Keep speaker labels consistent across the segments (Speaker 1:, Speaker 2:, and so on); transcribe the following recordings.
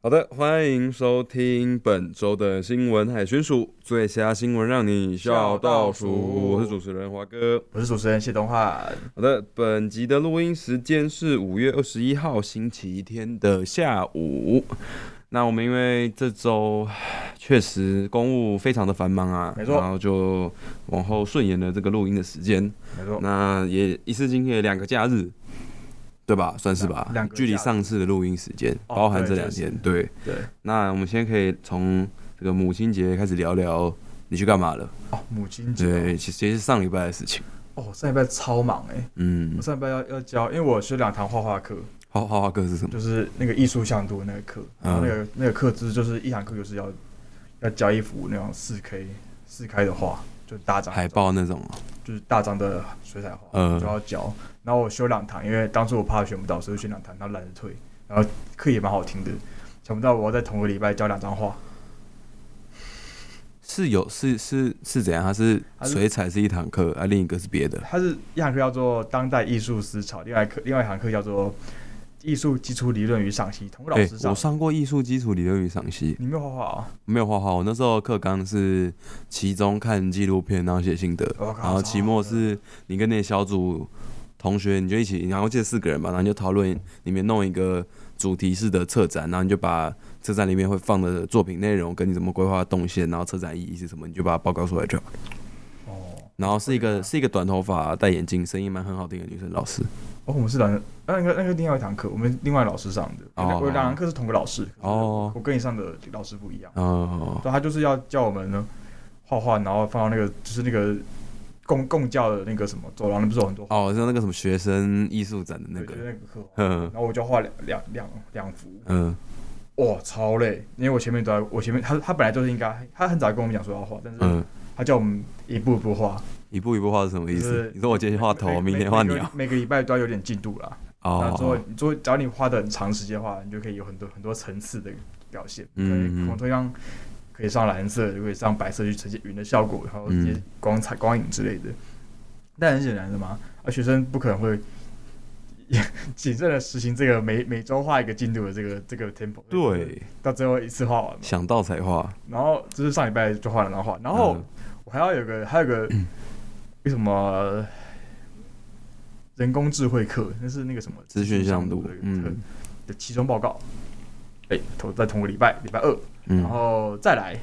Speaker 1: 好的，欢迎收听本周的新闻海巡署最瞎新闻，让你笑到数。我是主持人华哥。
Speaker 2: 我是主持人谢东汉。
Speaker 1: 好的，本集的录音时间是五月二十一号星期天的下午。那我们因为这周 唉确实公务非常的繁忙啊，
Speaker 2: 没错
Speaker 1: 然后就往后顺延了这个录音的时间。
Speaker 2: 没错，
Speaker 1: 那也一次经历了两个假日，对吧？算是吧。
Speaker 2: 两两个
Speaker 1: 距离
Speaker 2: 假日
Speaker 1: 上次的录音时间，
Speaker 2: 哦
Speaker 1: 包含
Speaker 2: 对
Speaker 1: 这两
Speaker 2: 确实
Speaker 1: 天，对。
Speaker 2: 对
Speaker 1: 那我们先可以从这个母亲节开始聊聊你去干嘛了。
Speaker 2: 哦，母亲节
Speaker 1: 对，其实其实是上礼拜的事情。
Speaker 2: 哦，上礼拜超忙哎、
Speaker 1: 嗯
Speaker 2: 我，上礼拜要要教，因为我学两堂画画课，
Speaker 1: 画画画课是什么？
Speaker 2: 就是那个艺术向度那个课，
Speaker 1: 嗯
Speaker 2: 然后那个那个课就是就是一堂课就是要要教一幅那种四 K 四 K 的画，就是大张
Speaker 1: 海，报那种哦。
Speaker 2: 就是大张的水彩画，
Speaker 1: 嗯
Speaker 2: 就要教。然后我修两堂，因为当初我怕选不到，所以选两堂，然后懒得退，然后课也蛮好听的，想不到我要在同个礼拜教两张画，
Speaker 1: 是有是是是怎样？它是
Speaker 2: 它是
Speaker 1: 水彩是一堂课，啊，另一个是别的。
Speaker 2: 它是一堂课叫做当代艺术思潮，另外一课另外一堂课叫做艺术基础理论与赏析，同个老
Speaker 1: 哎
Speaker 2: 师，上。
Speaker 1: 我上过艺术基础理论与赏析，
Speaker 2: 你没有画画啊？
Speaker 1: 没有画画。我那时候课纲是期中看纪录片，然后写心得，
Speaker 2: 我靠
Speaker 1: 然后期末是你跟那个小组同学，你就一起，然后这四个人吧，然后你就讨论里面弄一个主题式的策展，然后你就把策展里面会放的作品内容跟你怎么规划动线，然后策展意义是什么，你就把它报告出来就好。
Speaker 2: 哦，
Speaker 1: 然后是一
Speaker 2: 对
Speaker 1: 个
Speaker 2: 啊
Speaker 1: 是一个短头发、戴眼镜、声音蛮很好听的女生老师。
Speaker 2: 哦，我们是两人，那那个那个另外一堂课，我们另外老师上的，
Speaker 1: 哦
Speaker 2: 我有两堂课是同个老师，
Speaker 1: 哦
Speaker 2: 我跟你上的老师不一样，
Speaker 1: 哦，
Speaker 2: 对，他就是要叫我们呢画画，然后放到那个就是那个共共教的那个什么走廊，不是有很多画，
Speaker 1: 哦，像那个什么学生艺术展的那
Speaker 2: 对，
Speaker 1: 个
Speaker 2: 就是，那个课，
Speaker 1: 嗯
Speaker 2: 然后我就画两两两两幅，
Speaker 1: 嗯
Speaker 2: 哇，超累，因为我前面都在，我前面他他本来就是应该，他很早跟我们讲说要画，但是
Speaker 1: 嗯，
Speaker 2: 他叫我们一步一步画，
Speaker 1: 一步一步画是什么意
Speaker 2: 就
Speaker 1: 思
Speaker 2: 是？
Speaker 1: 你说我今天画头，
Speaker 2: 每
Speaker 1: 明天画
Speaker 2: 每个
Speaker 1: 鸟，
Speaker 2: 每个礼拜都要有点进度啦。那之后
Speaker 1: 哦，，
Speaker 2: 之后只要你花的很长时间的话，你就可以有很多很多层次的表现。
Speaker 1: 嗯
Speaker 2: 嗯，同同样可以上蓝色，就可以上白色去呈现云的效果，然后一些
Speaker 1: 嗯
Speaker 2: 光彩、光影之类的。但很显然的嘛，啊，学生不可能会 谨慎的实行这个每每周画一个进度的这个这个 tempo。，
Speaker 1: 对，
Speaker 2: 到最后一次画完嘛。
Speaker 1: 想到才画，
Speaker 2: 然后就是上礼拜就画了，然后画，然后
Speaker 1: 嗯
Speaker 2: 我还要有个还 有个为什么人工智慧课，那是那个什么
Speaker 1: 资讯向度
Speaker 2: 的课
Speaker 1: 嗯
Speaker 2: 的期中报告。哎、同在同个礼拜礼拜二，
Speaker 1: 嗯
Speaker 2: 然，后再来，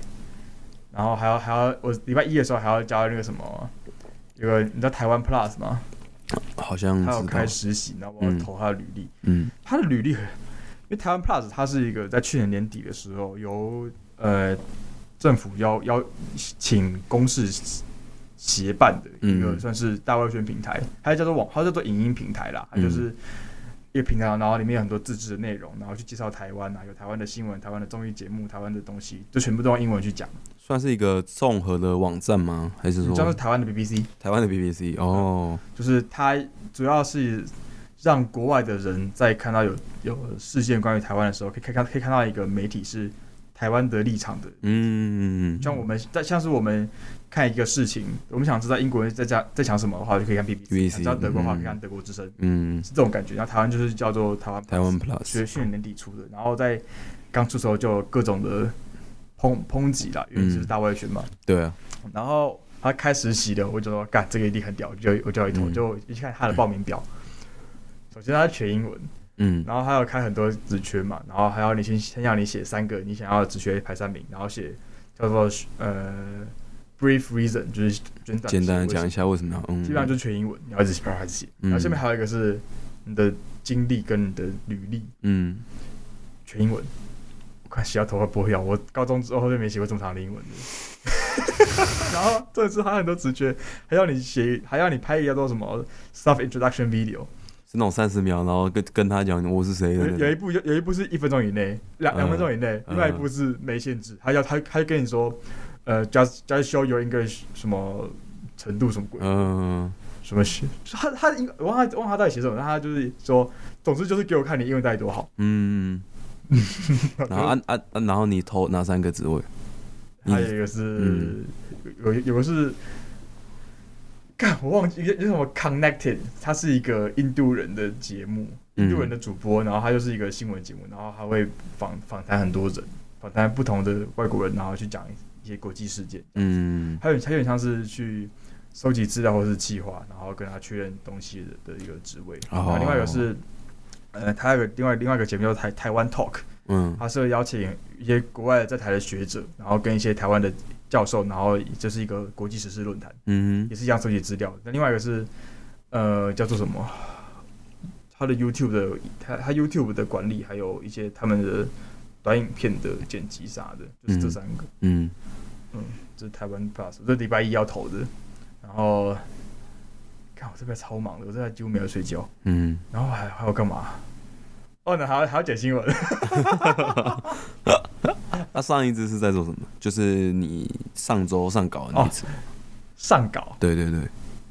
Speaker 2: 然后还要还要我礼拜一的时候还要教那个什么。有个你知道台湾 Plus 吗？
Speaker 1: 好像
Speaker 2: 他有
Speaker 1: 嗯知道
Speaker 2: 开，实习，然后我要
Speaker 1: 嗯
Speaker 2: 投他的履历。
Speaker 1: 嗯
Speaker 2: 他的履历很，因为台湾 Plus 它是一个在去年年底的时候由呃政府邀邀请公示协办的一个
Speaker 1: 嗯
Speaker 2: 算是大外宣平台，它叫做网，它叫做影音平台啦，
Speaker 1: 嗯
Speaker 2: 它就是一个平台，然后里面有很多自制的内容，然后去介绍台湾啊，有台湾的新闻、台湾的综艺节目、台湾的东西，就全部都用英文去讲，
Speaker 1: 算是一个综合的网站吗？还是
Speaker 2: 你嗯知道是嗯
Speaker 1: 说
Speaker 2: 台湾的 BBC，
Speaker 1: 台湾的 BBC？哦，
Speaker 2: 就是它主要是让国外的人在看到有有事件关于台湾的时候，可以可以看可以看到一个媒体是台湾的立场的。
Speaker 1: 嗯，
Speaker 2: 像我们在像是我们看一个事情，我们想知道英国人在讲在讲什么的话，就可以看 BBC；
Speaker 1: BBC
Speaker 2: 想知道德国的话，
Speaker 1: 嗯
Speaker 2: 可以看德国之声，
Speaker 1: 嗯，
Speaker 2: 是这种感觉。然后台湾就是叫做台湾
Speaker 1: 台湾
Speaker 2: 学
Speaker 1: Plus，
Speaker 2: 去年年底出的，然后在刚出的时候就有各种的抨抨击啦，因为就是
Speaker 1: 嗯
Speaker 2: 大外宣嘛。
Speaker 1: 对啊，
Speaker 2: 然后他开实习的，我就说干这个一定很屌，我就我就要一投，
Speaker 1: 嗯
Speaker 2: 就一看他的报名表，嗯首先他全英文，
Speaker 1: 嗯
Speaker 2: 然后他要开很多职缺嘛，然后还要你先先让你写三个你想要的职缺排三名，然后写叫做呃 brief reason 就是简短
Speaker 1: 简单的讲一
Speaker 2: 下，
Speaker 1: 下为什么要嗯，
Speaker 2: 基本上就是全英文，你要一直写，一直写，然后下面还有一个是你的经历跟你的履历
Speaker 1: 嗯，
Speaker 2: 全英文。我快写到头发不会掉，我高中之后就没写过这么长的英文 了。然后这次他很多直觉，还要你写，还要你拍一个叫做什么 self introduction video，
Speaker 1: 是那种三十秒，然后跟跟他讲我是谁的那
Speaker 2: 有有一
Speaker 1: 种，
Speaker 2: 部有有一部是一分钟以内，两
Speaker 1: 嗯
Speaker 2: 两分钟以内，
Speaker 1: 嗯
Speaker 2: 另外一部是没限制，他要他他跟你说，呃，just just show your English 什么程度什么鬼，
Speaker 1: 嗯，
Speaker 2: 什么写，他他英我忘了忘了他到底写什么，但他就是说，总之就是给我看你英文到底多好，
Speaker 1: 嗯， 然后按按按，然后你投哪三个职位？
Speaker 2: 还有一个是、有有个是干，我忘记有有什么 Connected，他是一个印度人的节目，印度人的主播，然后他就是一个新闻节目，然后他会访访谈很多人，访谈不同的外国人，然后去讲一些国际事件。
Speaker 1: 嗯，
Speaker 2: 还有还有点像是去收集资料或是计划，然后跟他确认东西的的一个职位。
Speaker 1: 哦
Speaker 2: 然后另外一个是，呃，他有个另外另外一个节目叫台台湾 Talk，
Speaker 1: 嗯，
Speaker 2: 他是会邀请一些国外在台的学者，然后跟一些台湾的教授，然后这是一个国际时事论坛，
Speaker 1: 嗯
Speaker 2: 也是一样收集资料。那另外一个是，呃，叫做什么？他的 YouTube 的他他 YouTube 的管理，还有一些他们的短影片的剪辑啥的，就是这
Speaker 1: 嗯
Speaker 2: 三个。
Speaker 1: 嗯，
Speaker 2: 这是台湾 Plus，这礼拜一要投的。然后，看我这边超忙的，我这边几乎没有睡觉。
Speaker 1: 嗯，
Speaker 2: 然后还还要干嘛？哦，那还要还要剪新闻。
Speaker 1: 那上一支是在做什么？就是你上周上稿的那一
Speaker 2: 哦
Speaker 1: 次，
Speaker 2: 上稿，
Speaker 1: 对对对，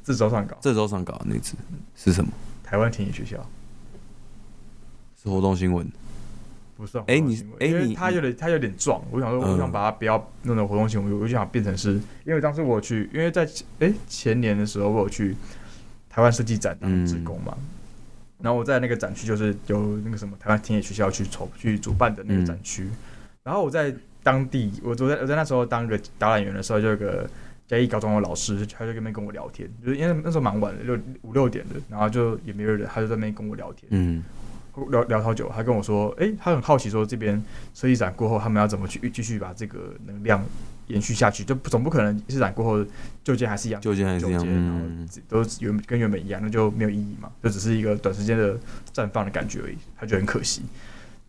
Speaker 2: 这周上稿，
Speaker 1: 这周上稿的那一次是什么？
Speaker 2: 台湾体育学校
Speaker 1: 是活动新闻。
Speaker 2: 不算活
Speaker 1: 哎
Speaker 2: 动
Speaker 1: 你
Speaker 2: 新闻。
Speaker 1: 哎
Speaker 2: 因为
Speaker 1: 你
Speaker 2: 他有点他有点壮，我想说，
Speaker 1: 嗯
Speaker 2: 我想把它不要弄成活动新闻，我就想变成是，因为当时我去，因为在哎前年的时候，我有去台湾设计展当
Speaker 1: 嗯
Speaker 2: 职工嘛。然后我在那个展区，就是由那个什么台湾田野学校去筹去主办的那个展
Speaker 1: 嗯
Speaker 2: 区。然后我在当地，我我在我在那时候当个导览员的时候，就有个嘉义高中的老师，他就在那边跟我聊天，就是因为那时候蛮晚的，六五六点的，然后就也没有人，他就在那边跟我聊天，
Speaker 1: 嗯
Speaker 2: 聊聊好久。他跟我说，诶，他很好奇说这边设计展过后，他们要怎么去继续把这个能量延续下去，就总不可能设计展过后旧件还是一样
Speaker 1: 旧件还是
Speaker 2: 纠
Speaker 1: 这
Speaker 2: 结，
Speaker 1: 样，
Speaker 2: 然后
Speaker 1: 嗯
Speaker 2: 自都是原跟原本一样，那就没有意义嘛，就只是一个短时间的绽放的感觉而已，他觉得很可惜。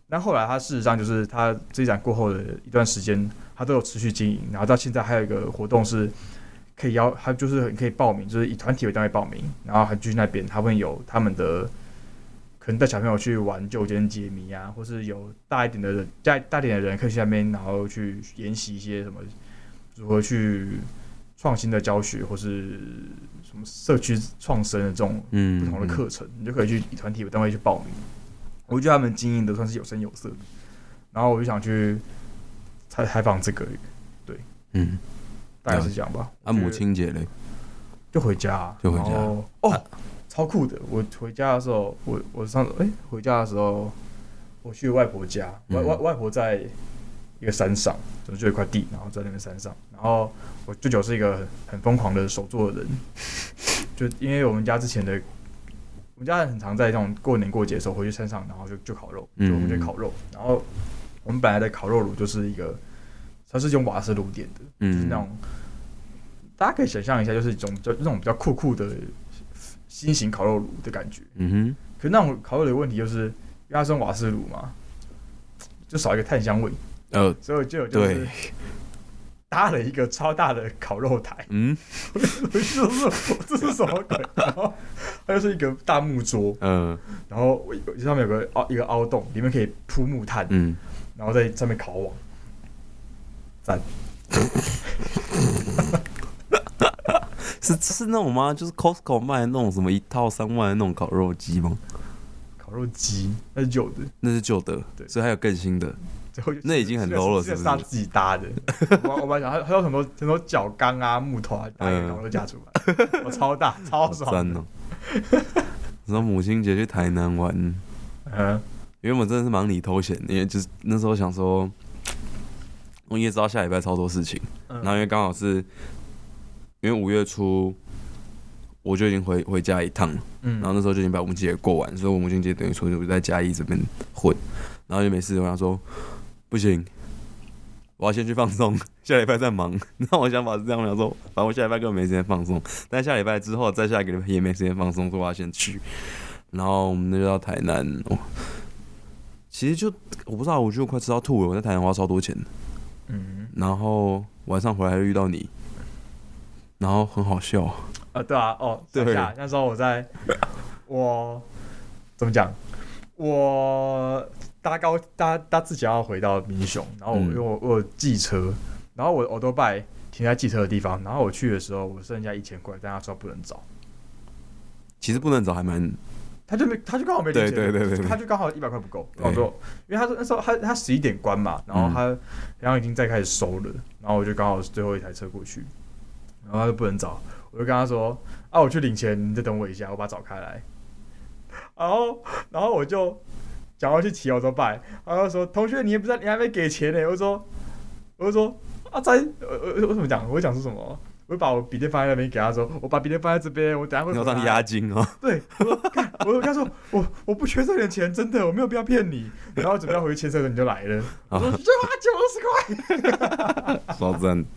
Speaker 2: 那后来他事实上就是他这一展过后的一段时间，他都有持续经营，然后到现在还有一个活动是可以邀，他就是很可以报名，就是以团体为单位报名，然后还去那边他们有他们的。可能带小朋友去玩旧间解谜啊，或是有大一点的人，大大一点的人可以去那边，然后去研习一些什么如何去创新的教学，或是什么社区创生的这种
Speaker 1: 嗯，
Speaker 2: 不同的课程，你就可以去以团体为单位去报名。我觉得他们经营的算是有声有色的，然后我就想去采采访这个，
Speaker 1: 嗯，
Speaker 2: 大概是这样吧。
Speaker 1: 啊，母亲节嘞，
Speaker 2: 就回家啊，
Speaker 1: 就回家
Speaker 2: 然后哦，超酷的！我回家的时候，我我上哎、回家的时候，我去外婆家，
Speaker 1: 嗯
Speaker 2: 外外外婆在一个山上，总之就有一块地，然后在那边山上。然后我舅舅是一个很很疯狂的手作人， 就因为我们家之前的，我们家人很常在那种过年过节的时候回去山上，然后就就烤肉，就我们就
Speaker 1: 嗯
Speaker 2: 烤肉。然后我们本来的烤肉炉就是一个，它是用瓦斯炉点的，就是
Speaker 1: 嗯
Speaker 2: 那种，大家可以想象一下，就是一种就那种比较酷酷的新型烤肉炉的感觉。
Speaker 1: 嗯
Speaker 2: 可是那种烤肉的问题就是，因为它是用瓦斯炉嘛，就少一个炭香味，
Speaker 1: 哼，呃，
Speaker 2: 所以我就有就是
Speaker 1: 对
Speaker 2: 搭了一个超大的烤肉台，
Speaker 1: 嗯
Speaker 2: 我就说这是什么鬼？然后它就是一个大木桌，
Speaker 1: 呃
Speaker 2: 然后我有上面有个凹一个凹洞，里面可以铺木炭，
Speaker 1: 嗯，
Speaker 2: 然后在上面烤网，赞。
Speaker 1: 是是那种吗？就是 Costco 卖的那种什么一套三万的那种烤肉机吗？
Speaker 2: 烤肉机那是有的，
Speaker 1: 那是旧的，
Speaker 2: 对
Speaker 1: 所以还有更新的。
Speaker 2: 最后就
Speaker 1: 那已经很 low 了是
Speaker 2: 这个是
Speaker 1: 不是
Speaker 2: 他自己搭的。 我我本来想，还还有很多很多角钢啊、木头啊，搭一个
Speaker 1: 嗯
Speaker 2: 烤肉架出来，我超大超
Speaker 1: 好
Speaker 2: 爽
Speaker 1: 赞
Speaker 2: 的。
Speaker 1: 哦！然后母亲节去台南玩，
Speaker 2: 嗯，
Speaker 1: 原本真的是忙里偷闲，因为就是那时候想说，我也知道下礼拜超多事情，
Speaker 2: 嗯
Speaker 1: 然后因为刚好是，因为五月初我就已经回回家一趟了，
Speaker 2: 嗯
Speaker 1: 然后那时候就已经把母亲节过完，所以我母亲节等于说就在嘉义这边混，然后就没事，我想说不行，我要先去放松，下礼拜再忙。 那我想法是这样，我想说，反正我下礼拜根本没时间放松，但下礼拜之后再下一个礼拜也没时间放松，所以我要先去。然后我们就到台南，哦、其实就我不知道，我觉得我快吃到吐了，我在台南花超多钱的。
Speaker 2: 嗯
Speaker 1: 然后晚上回来又遇到你，然后很好笑，
Speaker 2: 啊，对啊，哦，
Speaker 1: 对
Speaker 2: 等一下，那时候我在，我怎么讲？我搭高搭搭自己要回到民雄，然后我
Speaker 1: 嗯
Speaker 2: 因为我我有寄车，然后我我都拜停在寄车的地方，然后我去的时候我剩下一千块，但他说不能找。
Speaker 1: 其实不能找还蛮
Speaker 2: 他就没，他就刚好没零钱，
Speaker 1: 对对对对对
Speaker 2: 他就刚好一百块不够。
Speaker 1: 对
Speaker 2: 然后我说，因为他说那时候他他十一点关嘛，然后他、然后已经在开始收了，然后我就刚好最后一台车过去，然后他就不能找，我就跟他说，啊，我去领钱，你再等我一下，我把它找开来。然后，然后我就想要去骑，我说拜，然后他说同学，你也不知道，你还没给钱呢、我就说，我就说啊，在呃呃，我怎么讲？我讲是什么？我就把我笔电放在那边给他说，我把笔电放在这边，我等下会啊
Speaker 1: 你要
Speaker 2: 回来
Speaker 1: 当押金哦，
Speaker 2: 对，我说干我跟他说，我我不缺这点钱，真的，我没有必要骗你。然后准备要回去签收的时候你就来了，
Speaker 1: 啊
Speaker 2: 我说就花九十块。
Speaker 1: 说真的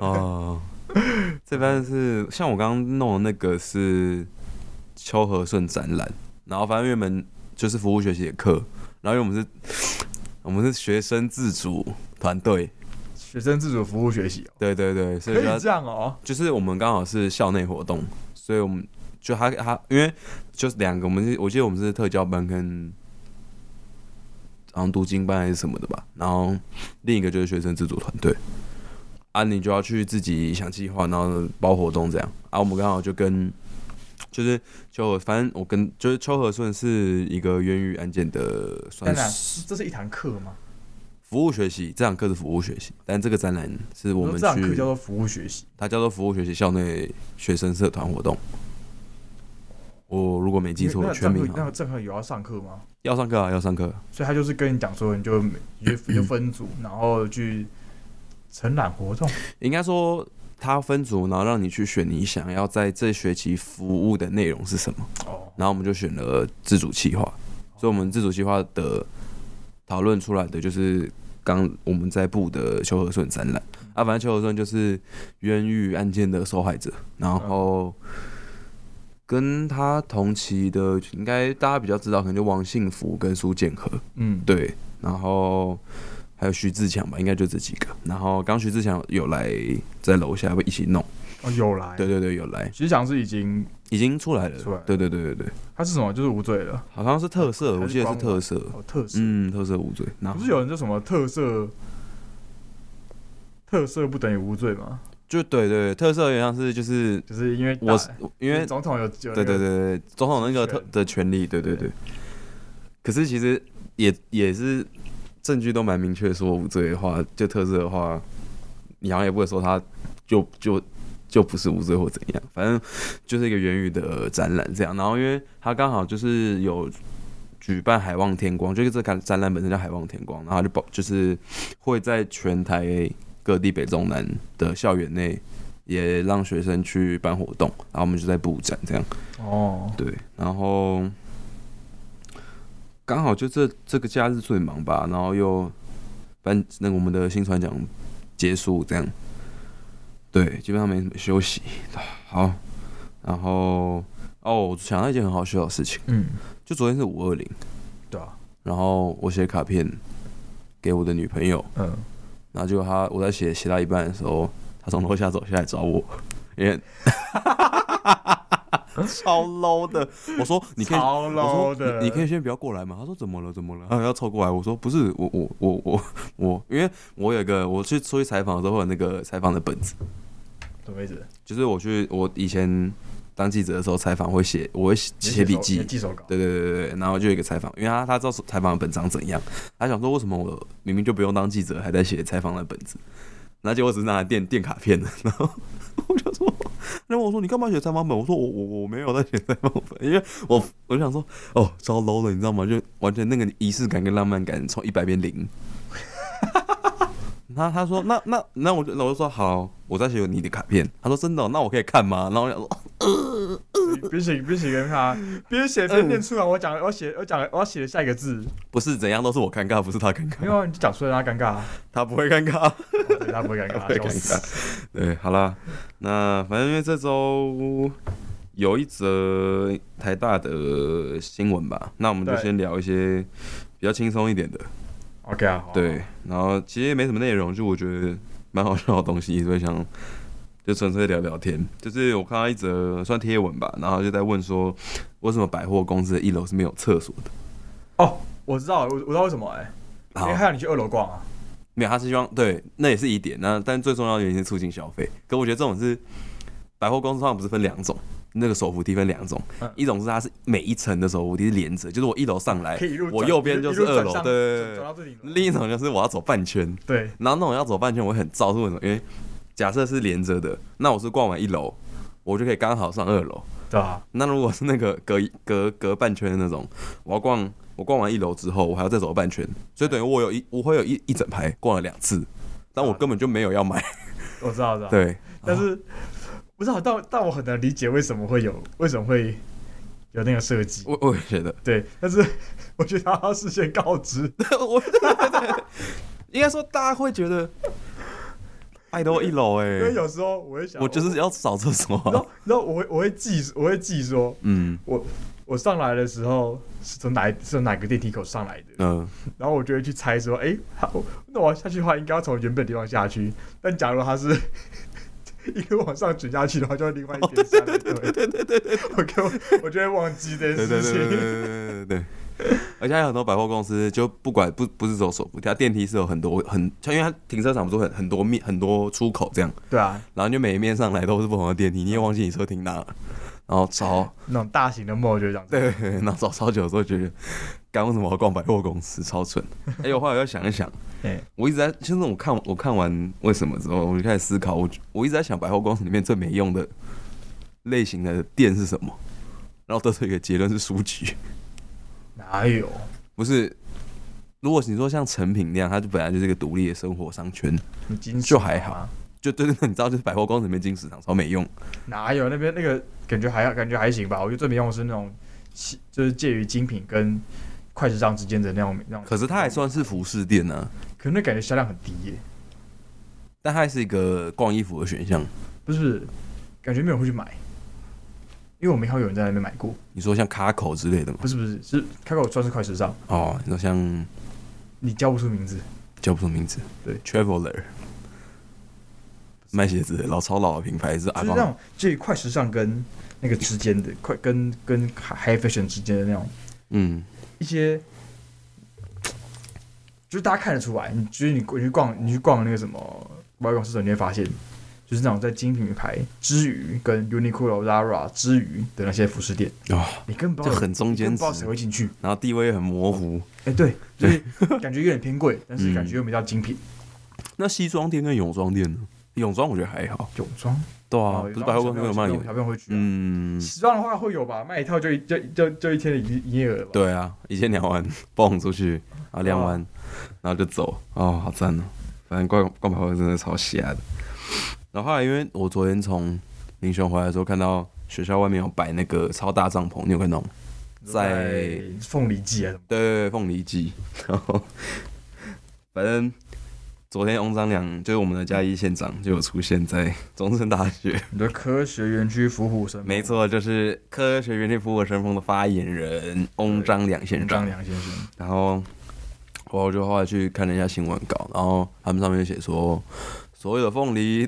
Speaker 1: 哦，这边是像我刚刚弄的那个是秋和顺展览，然后反正原本就是服务学习的课，然后因为我们是我们是学生自主团队，
Speaker 2: 学生自主服务学习、哦，
Speaker 1: 对对对，所
Speaker 2: 可
Speaker 1: 以
Speaker 2: 以
Speaker 1: 要
Speaker 2: 这样哦。
Speaker 1: 就是我们刚好是校内活动，所以我们就他他因为就是两个，我们是我记得我们是特教班跟好像读经班还是什么的吧，然后另一个就是学生自主团队，啊，你就要去自己想计划，然后包活动这样，啊，我们刚好就跟就是秋和，反正我跟就是秋和顺是一个源于案件的
Speaker 2: 当
Speaker 1: 算
Speaker 2: 然，
Speaker 1: 是
Speaker 2: 这是一堂课吗？
Speaker 1: 服务学习，这堂课是服务学习，但这个展览是我
Speaker 2: 我说
Speaker 1: 们
Speaker 2: 这堂课叫
Speaker 1: 去
Speaker 2: 做服务学习，
Speaker 1: 它叫做服务学习校内学生社团活动。我如果没记错
Speaker 2: 那，
Speaker 1: 全名
Speaker 2: 那
Speaker 1: 好
Speaker 2: 那
Speaker 1: 像
Speaker 2: 这堂课有要上课吗？
Speaker 1: 要上课啊，要上课。
Speaker 2: 所以他就是跟你讲说，你就每你就你就分组，然后去承揽活动。
Speaker 1: 应该说它分组，然后让你去选你想要在这学期服务的内容是什么。
Speaker 2: 哦，
Speaker 1: 然后我们就选了自主企划，所以我们自主企划的讨论出来的就是刚我们在布的邱和顺展览啊，反正邱和顺就是冤狱案件的受害者，然后跟他同期的应该大家比较知道，可能就王幸福跟苏建和
Speaker 2: 嗯，
Speaker 1: 对，然后。还有徐志强吧，应该就这几个。然后刚徐志强有来在楼下会一起弄，
Speaker 2: 哦，有来。
Speaker 1: 对，对对，有来，
Speaker 2: 其实讲是已经，
Speaker 1: 已经出来了。
Speaker 2: 出来了
Speaker 1: 对对对对对，
Speaker 2: 他是什么？就是无罪了，
Speaker 1: 好像是特色，
Speaker 2: 还
Speaker 1: 我
Speaker 2: 是
Speaker 1: 记得是
Speaker 2: 光
Speaker 1: 特色。
Speaker 2: 哦，特色。
Speaker 1: 嗯，特色无罪。然
Speaker 2: 不
Speaker 1: 后
Speaker 2: 是有人叫什么特色？特色不等于无罪吗？
Speaker 1: 就对对，对特色原像是就是
Speaker 2: 就是因为
Speaker 1: 我
Speaker 2: 打
Speaker 1: 因为
Speaker 2: 就是总统有有
Speaker 1: 对对对对，对总统那个特
Speaker 2: 权
Speaker 1: 的权利，对对对。可是其实也也是证据都蛮明确，说无罪的话，就特色的话，你好像也不会说他就就就不是无罪或怎样，反正就是一个源于的展览这样。然后因为他刚好就是有。举办海望天光，就是这个展览本身叫海望天光，然后它就包就是会在全台各地北中南的校园内，也让学生去办活动，然后我们就在布展这样。
Speaker 2: 哦，
Speaker 1: 对，然后刚好就这这个假日最忙吧，然后又班那个我们的新传奖结束这样，对，基本上没什么休息。 好，然后哦，我想到一件很好笑的事情，
Speaker 2: 嗯，
Speaker 1: 就昨天是五二零，
Speaker 2: 对啊，
Speaker 1: 然后我写卡片给我的女朋友，
Speaker 2: 嗯，
Speaker 1: 然后结果她我在写写到一半的时候，她从楼下走下来找我，因 为超 low 的，我说你可以
Speaker 2: 超
Speaker 1: 我
Speaker 2: low
Speaker 1: 说
Speaker 2: 的，
Speaker 1: 你你可以先不要过来嘛。他说怎么了？怎么了？啊，要凑过来。我说不是，我我我我 我，因为我有一个我去出去采访的时候会有那个采访的本子，
Speaker 2: 什么意思？
Speaker 1: 就是我去我以前当记者的时候采访会写，我会写写笔记
Speaker 2: 你，记手稿，
Speaker 1: 对对对对对，然后就有一个采访，因为他他知道采访的本长怎样，他想说为什么我明明就不用当记者，还在写采访的本子，然后结果只是拿来垫垫卡片的，然后我就说，然后我说你干嘛写采访本？我说我我我没有在写采访本，因为我我就想说哦超 low 了，你知道吗？就完全那个仪式感跟浪漫感从一百变零。他他说那那那我就那我就说好，我在写你的卡片。他说真的哦、那我可以看吗？然后我想说哦
Speaker 2: 别别写别写给他，
Speaker 1: 呃
Speaker 2: 别写别念出来，我讲我写我讲我要写下一个字，
Speaker 1: 不是怎样都是我尴尬，不是他尴尬，
Speaker 2: 没有啊你就讲出来让他尴尬啊，
Speaker 1: 他不会尴尬。
Speaker 2: 哦对他不会尴
Speaker 1: 不会
Speaker 2: 尬，
Speaker 1: 尴
Speaker 2: 笑死，
Speaker 1: 对，好啦，那反正因为这周有一则台大的新闻吧，那我们就
Speaker 2: 对
Speaker 1: 先聊一些比较轻松一点的，
Speaker 2: OK 啊，好啊
Speaker 1: 对，，然后其实也没什么内容，就我觉得蛮好笑的东西，所以想就纯粹聊聊天。就是我看到一则算贴文吧，然后就在问说，为什么百货公司的一楼是没有厕所的？
Speaker 2: 哦，我知道，我我知道为什么哎，因
Speaker 1: 好
Speaker 2: 为，他让你去二楼逛啊，
Speaker 1: 没有，他是希望对，那也是一点。那但最重要的原因是促进消费。可我觉得这种是百货公司，它不是分两种，那个手扶梯分两种，
Speaker 2: 嗯
Speaker 1: 一种是它是每一层的手扶梯是连着，就是我一楼上来
Speaker 2: 可，以一路
Speaker 1: 哎我
Speaker 2: 转
Speaker 1: 右边
Speaker 2: 一
Speaker 1: 就是
Speaker 2: 一路
Speaker 1: 二
Speaker 2: 转
Speaker 1: 楼
Speaker 2: 上
Speaker 1: 对
Speaker 2: 转转到最顶楼，
Speaker 1: 另一种就是我要走半圈。
Speaker 2: 对，
Speaker 1: 然后那种要走半圈，我会很燥，是为什么？因为假设是连着的，那我是逛完一楼，我就可以刚好上二楼。
Speaker 2: 对啊吧？
Speaker 1: 那如果是那个隔一 隔隔半圈的那种，我要逛我逛完一楼之后，我还要再走半圈，所以等于我有一我会有一一整排逛了两次，但我根本就没有要买。
Speaker 2: 我知道，我知道。
Speaker 1: 对，
Speaker 2: 但是不知道，但但我很难理解为什么会有，为什么会有那个设计。
Speaker 1: 我我也觉得，
Speaker 2: 对，但是我觉得他要事先告知，
Speaker 1: 我应该说大家会觉得，拜托一楼哎、
Speaker 2: 因为有时候我会想，
Speaker 1: 我就是要扫厕所
Speaker 2: 然
Speaker 1: 啊、
Speaker 2: 后然后我会我会记我会记说，
Speaker 1: 嗯
Speaker 2: 我我上来的时候是从哪一是从哪个电梯口上来的，
Speaker 1: 嗯、
Speaker 2: 然后我就会去猜说，哎、他我那我要下去的话，应该要从原本地方下去，但假如他是一路往上卷下去的话，就要另外一边下来。对对对对对对，我就我就会忘记这件
Speaker 1: 对对
Speaker 2: 事情。
Speaker 1: 对对对对对对。而且还有很多百货公司，就不管不不是走手扶梯，它电梯是有很多很，像因为它停车场不是很很多面很多出口这样，
Speaker 2: 对啊，
Speaker 1: 然后就每一面上来都是不同的电梯，你也忘记你车停哪了，然后超
Speaker 2: 那种大型的 mall 就这样子。
Speaker 1: 对，然后找超久的时候觉得，干为什么我要逛百货公司，超蠢。哎、我后来要想一想，
Speaker 2: 哎
Speaker 1: 我一直在，其实我看我看完为什么之后，我就开始思考，我我一直在想百货公司里面最没用的类型的店是什么，然后得出一个结论是书局。
Speaker 2: 哪有？
Speaker 1: 不是，如果你说像成品那样，它就本来就是一个独立的生活商圈，
Speaker 2: 你金
Speaker 1: 就还好，就对对对，你知道，就是百货公司里面金石堂超没用。
Speaker 2: 哪有那边那个感觉还好，感觉还行吧？我觉得最没用的是那种，就是介于精品跟快时尚之间的那种那种。
Speaker 1: 可是它还，算是服饰店呢、啊
Speaker 2: 可是那感觉销量很低耶、
Speaker 1: 但它还是一个逛衣服的选项。
Speaker 2: 不是不是，感觉没有人会去买，因为我没看到有人在那边买过。
Speaker 1: 你说像卡口之类的吗？
Speaker 2: 不是不是，是开口算是快时尚，
Speaker 1: 哦，你说像
Speaker 2: 你叫不出名字。
Speaker 1: 叫不出名字，
Speaker 2: 对
Speaker 1: ，Traveler，卖鞋子的老超老的品牌是阿
Speaker 2: 就是
Speaker 1: 公
Speaker 2: 那种介于快时尚跟那个之间的快跟跟 high fashion 之间的那种
Speaker 1: 嗯，
Speaker 2: 一些，就是大家看得出来，你就是你你去逛你去逛那个什么百货公司的时候，你会发现，就是那种在精品牌之余，跟 Uniqlo、Zara 之余的那些服饰店，
Speaker 1: 哦，
Speaker 2: 你根本不知
Speaker 1: 就
Speaker 2: 道
Speaker 1: 很中
Speaker 2: 你根
Speaker 1: 间
Speaker 2: 本
Speaker 1: 值
Speaker 2: 不知道，谁会进去。
Speaker 1: 然后地位也很模糊。
Speaker 2: 哎、对， 就是感觉有点偏贵，但是
Speaker 1: 嗯
Speaker 2: 感觉又没到精品。
Speaker 1: 那西装店跟泳装店呢？泳装我觉得还好，
Speaker 2: 泳装
Speaker 1: 对啊，不是百货公司有卖
Speaker 2: 小
Speaker 1: 泳
Speaker 2: 朋友，小朋友会去、啊。
Speaker 1: 嗯，
Speaker 2: 时装的话会有吧，卖一套就一就就就一天的营营业额吧。，
Speaker 1: 对啊，一千两万蹦出去，然后两万，然后就走，哦，好赞哦！反正逛逛百货真的超瞎的。然后后来因为我昨天从林雄回来的时候，看到学校外面有摆那个超大帐篷，你有看到吗？在
Speaker 2: 凤梨季啊什么，
Speaker 1: 对对对，凤梨季。然后 反正昨天翁章良就是我们的嘉义县长就有出现在中正大学，
Speaker 2: 你的科学园区伏虎神，
Speaker 1: 没错，就是科学园区服务神风的发言人翁章良县长
Speaker 2: 张。良先生，
Speaker 1: 然后我就后来去看了一下新闻稿，然后他们上面就写说，所有的凤梨，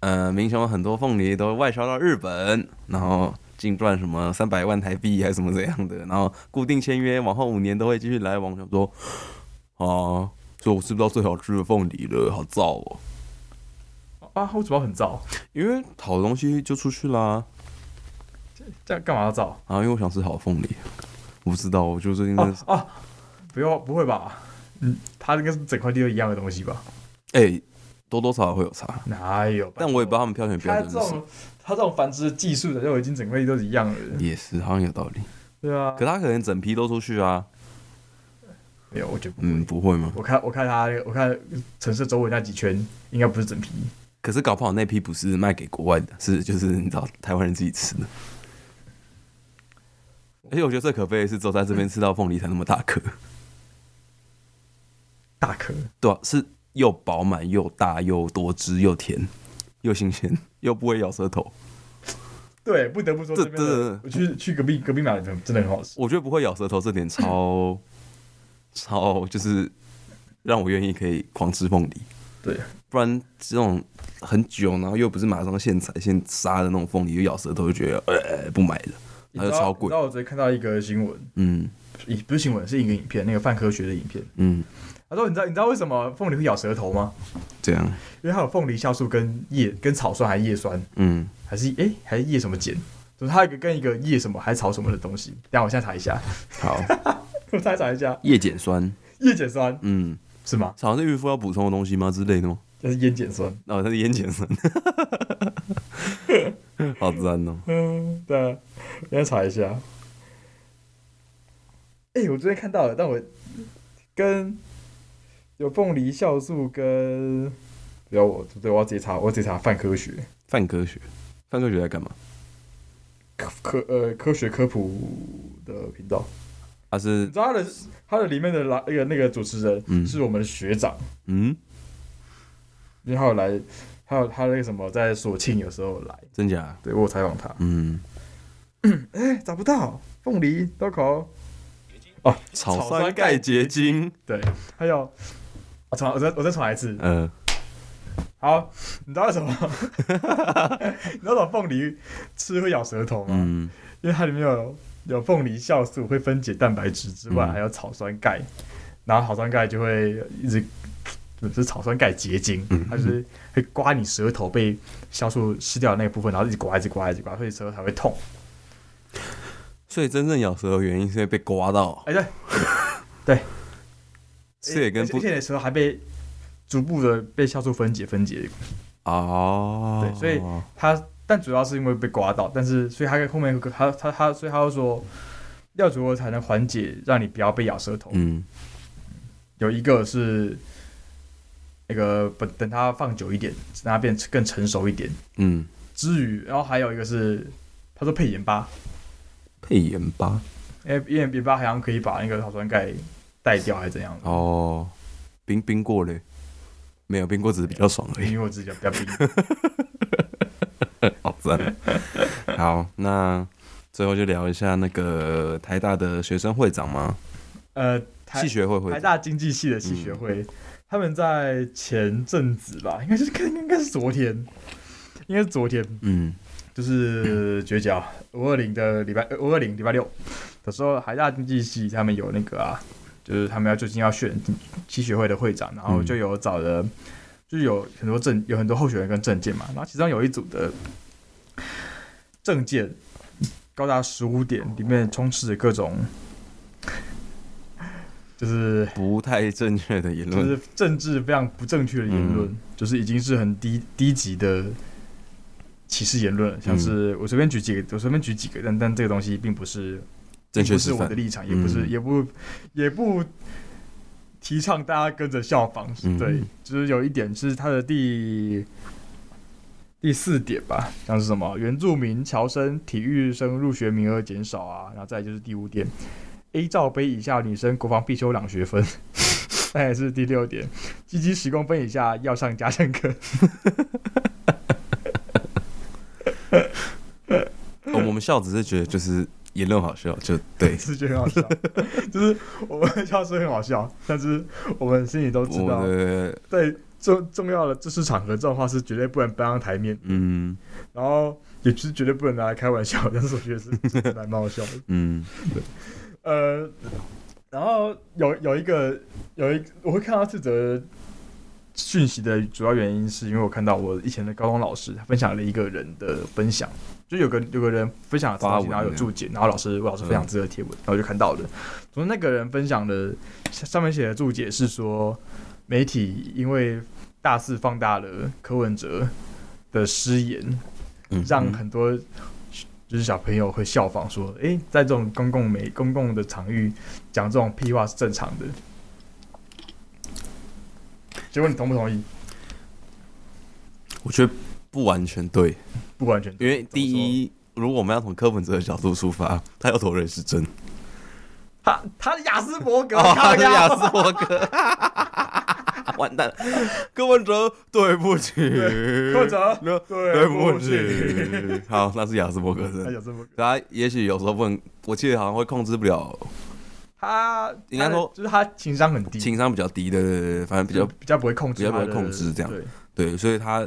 Speaker 1: 呃，民雄有很多凤梨都外销到日本，然后净赚什么三百万台币还是什么这样的，然后固定签约，往后五年都会继续来往。想说，啊，所以我吃不到最好吃的凤梨了，好燥哦。
Speaker 2: 啊，我怎么很燥？
Speaker 1: 因为好的东西就出去啦，
Speaker 2: 这样干嘛要燥？
Speaker 1: 然后因为我想吃好凤梨，我不知道，我就最近在
Speaker 2: 哦哦，不要不会吧？嗯，他应该是整块地都一样的东西吧？
Speaker 1: 哎、多多少少会有差，
Speaker 2: 哪有？
Speaker 1: 但我也不知道他们挑选标
Speaker 2: 他
Speaker 1: 准
Speaker 2: 这
Speaker 1: 是什么。
Speaker 2: 种他这种繁殖的技术早就已经整块地都是一样的，
Speaker 1: 也是，好像有道理。
Speaker 2: 对啊。
Speaker 1: 可他可能整批都出去啊。
Speaker 2: 没有，我觉得不会。
Speaker 1: 嗯，不会吗？
Speaker 2: 我看我看他我看城市周围那几圈，应该不是整批。
Speaker 1: 可是搞不好那批不是卖给国外的，是就是你知道台湾人自己吃的。而且我觉得最可悲的是，只有在这边吃到凤梨才那么大颗，
Speaker 2: 大颗，
Speaker 1: 对啊，是又饱满又大又多汁又甜又新鲜又不会咬舌头。
Speaker 2: 对，不得不说
Speaker 1: 这
Speaker 2: 这边的
Speaker 1: 这，
Speaker 2: 我去去隔壁隔壁买的真的很好吃。
Speaker 1: 我觉得不会咬舌头这点超 超就是让我愿意可以狂吃凤梨，
Speaker 2: 对，
Speaker 1: 不然这种很久然后又不是马上现采现杀的那种凤梨，又咬舌头就觉得呃不买了，
Speaker 2: 你
Speaker 1: 它
Speaker 2: 知
Speaker 1: 就
Speaker 2: 道
Speaker 1: 超
Speaker 2: 你
Speaker 1: 贵
Speaker 2: 知。道我昨天看到一个新闻，
Speaker 1: 嗯
Speaker 2: 也不是新闻，是一个影片，那个泛科学的影片。
Speaker 1: 嗯，
Speaker 2: 他说，你知道你知道为什么凤梨会咬舌头吗？
Speaker 1: 这样，
Speaker 2: 因为它有凤梨酵素跟叶跟草酸还是叶酸
Speaker 1: 嗯，
Speaker 2: 还是诶还是叶什么碱，就是它有一个跟一个叶什么还是草什么的东西。等一下我现在查一下，
Speaker 1: 好，
Speaker 2: 我再查一下
Speaker 1: 叶碱酸，
Speaker 2: 叶碱酸
Speaker 1: 嗯，
Speaker 2: 是吗？
Speaker 1: 好像是孕妇要补充的东西吗之类的吗？
Speaker 2: 就是烟碱酸。
Speaker 1: 哦，它是烟碱酸。 好赞哦、
Speaker 2: 嗯，对啊，你要查一下。哎、我昨天看到了，但我跟有凤梨酵素跟，不要我，对，我要直接查，我要直接查泛科学
Speaker 1: 泛科学，泛科学在干嘛？
Speaker 2: 科科呃科学科普的频道。
Speaker 1: 它是
Speaker 2: 你知道他的他的里面的来那个那个主持人、
Speaker 1: 嗯
Speaker 2: 是我们的学长，
Speaker 1: 嗯，
Speaker 2: 因为他有来，还有他那个什么在索庆有时候来，
Speaker 1: 真假？
Speaker 2: 对我有采访他，
Speaker 1: 嗯，
Speaker 2: 哎、找不到凤梨豆口，
Speaker 1: 草
Speaker 2: 草
Speaker 1: 酸
Speaker 2: 酸
Speaker 1: 钙
Speaker 2: 钙
Speaker 1: 结晶。
Speaker 2: 对，还有。我重，我再我再重来一次。
Speaker 1: 呃，
Speaker 2: 好，你知道为 什么？你知道为什么凤梨吃会咬舌头吗？
Speaker 1: 嗯，
Speaker 2: 因为它里面有有凤梨酵素会分解蛋白质之外，
Speaker 1: 嗯
Speaker 2: 还有草酸钙，然后草酸钙就会一直就是草酸钙结晶，它就是会刮你舌头被酵素吃掉的那个部分，然后一直刮一直刮一直刮，所以舌头才会痛。
Speaker 1: 所以真正咬舌的原因是因为被刮到，
Speaker 2: 哎、对，
Speaker 1: 这也跟不
Speaker 2: 而且你的舌头还被逐步的被酵素分解分解，
Speaker 1: 哦，
Speaker 2: 对所以它但主要是因为被刮到，但是所以它后面有个它它它所以它又说要如何才能缓解让你不要被咬舌头，
Speaker 1: 嗯
Speaker 2: 有一个是那个不等它放久一点，让它变更成熟一点。
Speaker 1: 嗯，
Speaker 2: 之余，然后还有一个是他说配盐巴，
Speaker 1: 配盐巴
Speaker 2: 因为因为盐巴好像可以把那个草酸钙带掉，还是怎样的？
Speaker 1: 哦，冰冰过嘞，没有冰过只是比较爽而已。
Speaker 2: 因为我自己比较冰。
Speaker 1: 好赞。哦好，那最后就聊一下那个台大的学生会长嘛，
Speaker 2: 呃，台
Speaker 1: 系学会会
Speaker 2: 台
Speaker 1: 长。
Speaker 2: 大经济系的系学会，他们在前阵子吧，应该是应该应该是昨天，应该是昨天，
Speaker 1: 嗯
Speaker 2: 就是绝角五二零的礼拜呃五二零礼拜六的时候，海大经济系他们有那个啊，就是他们要最近要选系学会的会长，然后就有找了，就是有很多证有很多候选人跟证件嘛，然后其中有一组的证件高达十五点，里面充斥着各种就是
Speaker 1: 不太正确的言
Speaker 2: 就
Speaker 1: 论。
Speaker 2: 是政治非常不正确的言论，
Speaker 1: 嗯
Speaker 2: 就是已经是很低低级的歧视言论了。像
Speaker 1: 嗯
Speaker 2: 是我随便举几个，我随便举几个，但但这个东西并不是，
Speaker 1: 正确
Speaker 2: 不
Speaker 1: 示
Speaker 2: 是我
Speaker 1: 范
Speaker 2: 的。立场，也不是，
Speaker 1: 嗯
Speaker 2: 也不，也不提倡大家跟着效仿。
Speaker 1: 嗯
Speaker 2: 对，就是有一点是他的第第四点吧，像是什么原住民侨生体育生入学名额减少啊，然后再来就是第五点，A 罩杯以下女生国防必修两学分， 那也是第六点，鸡鸡十公分以下要上家政课。。
Speaker 1: 哦我们笑只是觉得就是言论好笑，就对
Speaker 2: 是觉得很好笑，就是我们笑是很好笑，但是我们心里都知
Speaker 1: 我
Speaker 2: 道，
Speaker 1: 的
Speaker 2: 在重重要的正式场合，这种话是绝对不能搬上台面，
Speaker 1: 嗯
Speaker 2: 然后也是绝对不能拿来开玩笑。但是我觉得是是蛮蛮好笑的。
Speaker 1: 嗯
Speaker 2: 呃，然后有有一个有一我会看到这则讯息的主要原因，是因为我看到我以前的高中老师他分享了一个人的分享，就有个有个人分享了这
Speaker 1: 发
Speaker 2: 东西，
Speaker 1: 文
Speaker 2: 然后
Speaker 1: 那
Speaker 2: 有
Speaker 1: 样
Speaker 2: 注解，然后老师我老师分享这个贴文，然后我就看到了。总之那个人分享的上面写的注解是说，媒体因为大肆放大了柯文哲的失言，
Speaker 1: 嗯，
Speaker 2: 让很多就是小朋友会效仿说，诶、在这种公共媒公共的场域讲这种屁话是正常的。结果你同不同意？
Speaker 1: 我觉得不完全对，
Speaker 2: 不完全
Speaker 1: 因为第
Speaker 2: 怎么说，
Speaker 1: 一，如果我们要从柯文哲的角度出发，他要投人是真，
Speaker 2: 他他的雅斯伯格，
Speaker 1: 哦，
Speaker 2: 靠
Speaker 1: 是
Speaker 2: 腰
Speaker 1: 雅斯伯格， 完蛋了，柯文哲，对不起，柯
Speaker 2: 柯文哲对
Speaker 1: 对
Speaker 2: 不
Speaker 1: 不 起，好，那是雅斯伯格
Speaker 2: 他
Speaker 1: 症。
Speaker 2: 雅斯伯格，
Speaker 1: 他也许有时候问，我记得好像会控制不了，
Speaker 2: 他
Speaker 1: 应该
Speaker 2: 他的
Speaker 1: 说
Speaker 2: 就是他情商很低，嗯
Speaker 1: 情商比较低的，对对对反正比较
Speaker 2: 比较不会控
Speaker 1: 比
Speaker 2: 制
Speaker 1: 较
Speaker 2: 他
Speaker 1: 不
Speaker 2: 的，
Speaker 1: 会控制这样
Speaker 2: 对，
Speaker 1: 对，所以他，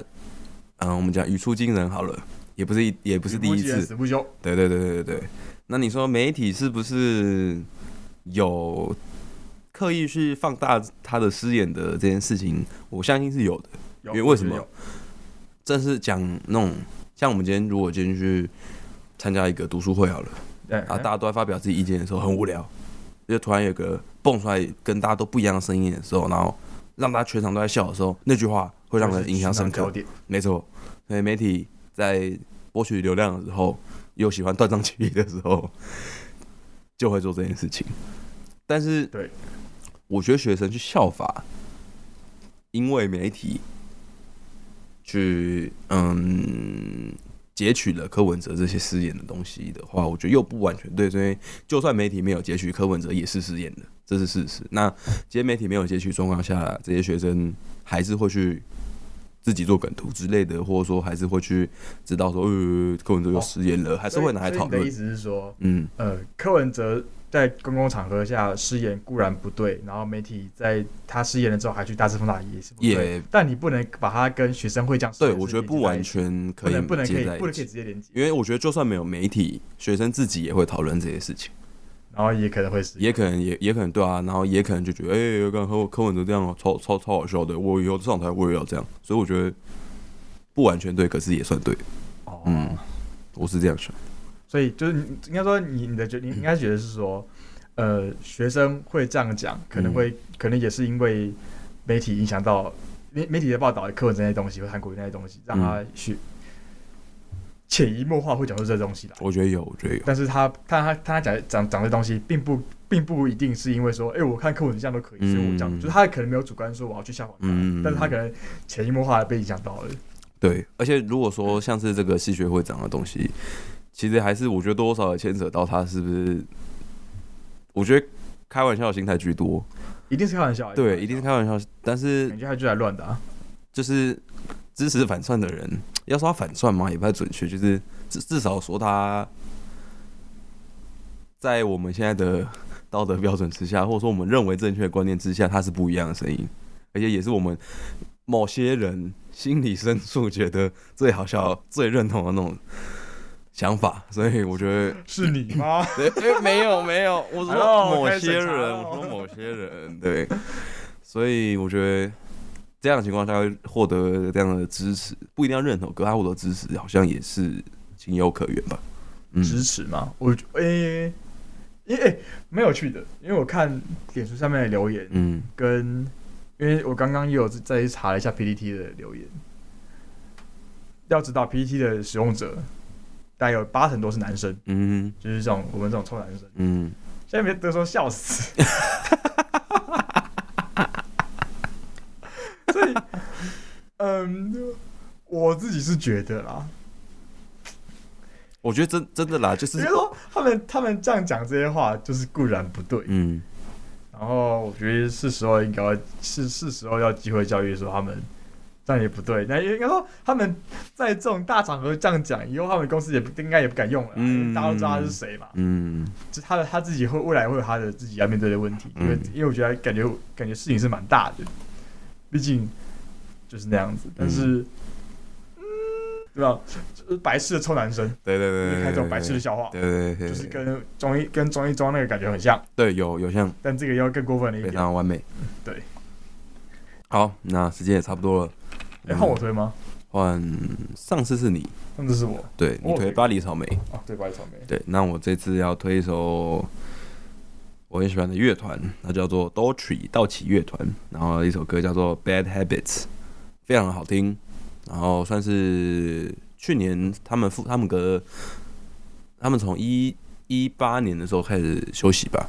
Speaker 1: 嗯，我们讲语出惊人好了，也不是一也不是第一
Speaker 2: 语不惊人
Speaker 1: 次，
Speaker 2: 死不休。
Speaker 1: 对对对对对对。那你说媒体是不是有刻意去放大他的失言的这件事情？我相信是有的。
Speaker 2: 有
Speaker 1: 因为为什
Speaker 2: 我觉
Speaker 1: 么
Speaker 2: 得有
Speaker 1: 正是讲那种像我们今天如果今天去参加一个读书会好了，
Speaker 2: 哎
Speaker 1: 啊，大家都在发表自己意见的时候很无聊，就突然有个蹦出来跟大家都不一样的声音的时候，然后让大家全场都在笑的时候，那句话会让人印象深
Speaker 2: 就是
Speaker 1: 刻
Speaker 2: 焦。点
Speaker 1: 没错，所以媒体在博取流量的时候，又喜欢断章取义的时候，就会做这件事情。但是，
Speaker 2: 对，
Speaker 1: 我觉得学生去效法，因为媒体去嗯截取了柯文哲这些失言的东西的话，我觉得又不完全对，因为就算媒体没有截取，柯文哲也是失言的，这是事实。那今天媒体没有截取状况下，这些学生还是会去。自己做梗图之类的，或者说还是会去知道说，呃，柯文哲又失言了，还是
Speaker 2: 所以
Speaker 1: 会拿来
Speaker 2: 所以
Speaker 1: 讨
Speaker 2: 你的意
Speaker 1: 论。
Speaker 2: 思是说，
Speaker 1: 嗯，
Speaker 2: 呃，柯文哲在公共场合下失言固然不对，然后媒体在他失言了之后还去大肆放大也是不对
Speaker 1: 也
Speaker 2: 但你不能把他跟学生会这样说
Speaker 1: 对，
Speaker 2: 的事
Speaker 1: 我觉得
Speaker 2: 连接
Speaker 1: 不
Speaker 2: 在
Speaker 1: 完
Speaker 2: 一起，
Speaker 1: 全可
Speaker 2: 不
Speaker 1: 以
Speaker 2: 能不能可
Speaker 1: 接
Speaker 2: 以
Speaker 1: 在
Speaker 2: 不
Speaker 1: 一
Speaker 2: 能可以
Speaker 1: 起，
Speaker 2: 直接连接，
Speaker 1: 因为我觉得就算没有媒体，学生自己也会讨论这些事情，
Speaker 2: 然后也可能会失言。
Speaker 1: 也可能也也可能对啊，然后也可能就觉得，哎、有个人和我柯文哲这样哦超超超好笑的，我以后上台我也要这样，所以我觉得不完全对，可是也算对，
Speaker 2: 哦
Speaker 1: 嗯，我是这样想，
Speaker 2: 所以就是你应该说你你的觉你应该觉得是说，呃，学生会这样讲，可能会、
Speaker 1: 嗯
Speaker 2: 可能也是因为媒体影响到媒媒体的报道柯文哲那些东西或韩国瑜那些东西，让
Speaker 1: 嗯
Speaker 2: 他去潜移默化会讲出这东西来。
Speaker 1: 我觉得有，我觉得有，
Speaker 2: 但是他他他他讲讲讲这东西，并不并不一定是因为说，哎、我看柯文哲这样都可以，所以我这样，
Speaker 1: 嗯
Speaker 2: 就是他可能没有主观说我要去效仿他，
Speaker 1: 嗯
Speaker 2: 但是他可能潜移默化的被影响到了。
Speaker 1: 对，而且如果说像是这个系学会长的东西，其实还是我觉得多多少少牵扯到他是不是，我觉得开玩笑的心态居多，
Speaker 2: 一定是开玩笑，
Speaker 1: 对，一定是开玩笑，但是
Speaker 2: 感觉他就来乱的啊。
Speaker 1: 就是支持反串的人，要说他反串嘛，也不太准确，就是至至少说他在我们现在的道德标准之下，或者说我们认为正确的观念之下，他是不一样的声音，而且也是我们某些人心里深处觉得最好笑、最认同的那种想法，所以我觉得
Speaker 2: 是你 吗？
Speaker 1: 对，哎、 没有没有，我说
Speaker 2: 哎呦
Speaker 1: 某
Speaker 2: 开始
Speaker 1: 些
Speaker 2: 审查
Speaker 1: 人，
Speaker 2: 了
Speaker 1: 我说某些人，对，所以我觉得这样的情况下会获得这样的支持，不一定要认同，可他获得支持好像也是情有可原吧。嗯，
Speaker 2: 支持吗？我觉诶，因、为、诶蛮有趣的，因为我看脸书上面的留言，
Speaker 1: 嗯，
Speaker 2: 跟因为我刚刚也有再去查了一下 PPT 的留言，要知道 PPT 的使用者大概有八成都是男生，
Speaker 1: 嗯
Speaker 2: 就是这种我们这种臭男生，
Speaker 1: 嗯，
Speaker 2: 现在别得说笑死。 所以，嗯，我自己是觉得啦，
Speaker 1: 我觉得真真的啦，就
Speaker 2: 只
Speaker 1: 是
Speaker 2: 是说他们他们这样讲这些话，就是固然不对，
Speaker 1: 嗯，
Speaker 2: 然后我觉得是时候应该要是是时候要机会教育说他们这样也不对，那也应该说他们在这种大场合这样讲，以后他们公司也不应该也不敢用了啦，
Speaker 1: 嗯
Speaker 2: 因为大家都知道他是谁嘛，
Speaker 1: 嗯
Speaker 2: 就他的他自己会未来会有他的自己要面对的问题，因为、
Speaker 1: 嗯
Speaker 2: 因为我觉得感觉感觉事情是蛮大的，毕竟就是那样子，但是。嗯对吧？就是白痴的臭男生，
Speaker 1: 对对
Speaker 2: 就
Speaker 1: 对
Speaker 2: 是
Speaker 1: 对，
Speaker 2: 开这种
Speaker 1: 对
Speaker 2: 白痴的，笑话，
Speaker 1: 对对对，
Speaker 2: 就是
Speaker 1: 对
Speaker 2: 跟中一跟中一中那个感觉很像，
Speaker 1: 对有有像
Speaker 2: 但这个要更过分了一
Speaker 1: 非
Speaker 2: 点。
Speaker 1: 常完美。
Speaker 2: 对，
Speaker 1: 好，那时间也差不多了，嗯
Speaker 2: 哎，换我推吗？
Speaker 1: 换上次是你，
Speaker 2: 那这是我
Speaker 1: 对你
Speaker 2: 我
Speaker 1: 推
Speaker 2: 推
Speaker 1: 巴黎草莓。
Speaker 2: 啊，对，白草莓。
Speaker 1: 对，那我这次要推一首我很喜欢的乐团，那叫做 Dolce 道奇乐团，然后一首歌叫做《Bad Habits》，非常好听，然后算是去年他们复他们歌，他们从一一八年的时候开始休息吧，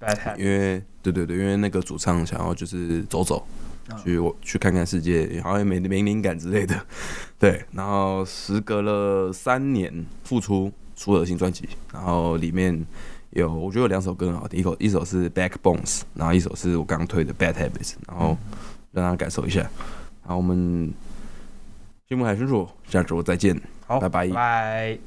Speaker 2: Bad Habit，
Speaker 1: 因为对对对，因为那个主唱想要就是走走，
Speaker 2: 嗯
Speaker 1: 去我去看看世界，好像也没没灵感之类的， 对。然后时隔了三年复出出了新专辑，然后里面有我觉得有两首歌很好听，一首一首是 Backbones，然后一首是我刚推的 Bad Habits，然
Speaker 2: 嗯
Speaker 1: 后让大家感受一下。好，我们新木海深处，下周再见。
Speaker 2: 好，
Speaker 1: 拜拜
Speaker 2: 拜。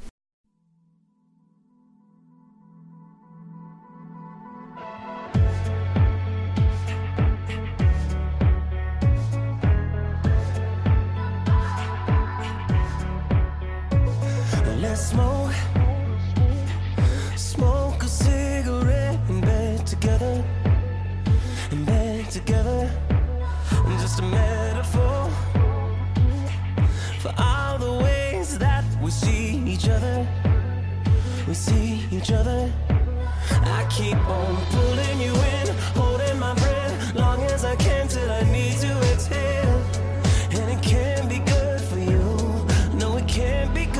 Speaker 3: Let's smoke. Smoke a cigarette in bed together. In bed together. Just a metaphor for all the ways that we see each other. We see each other. I keep on pulling you in, holding my breath, long as I can till I need to exhale. And it can be good for you. No, it can't be good.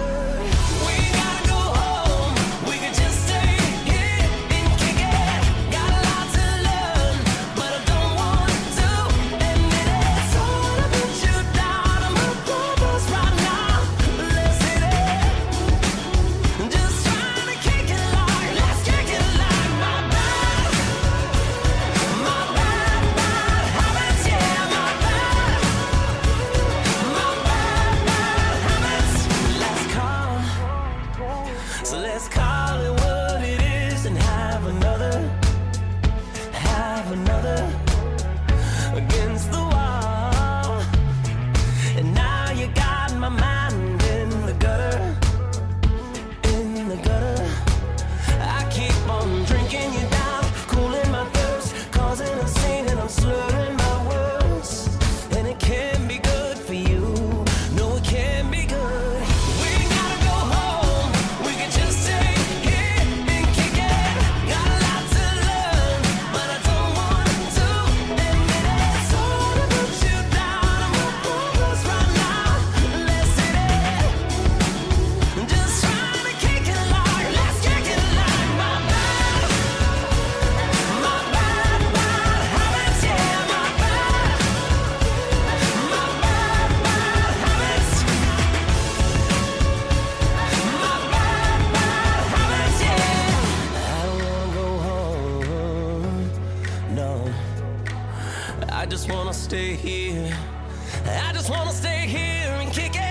Speaker 3: I just wanna stay here and kick it.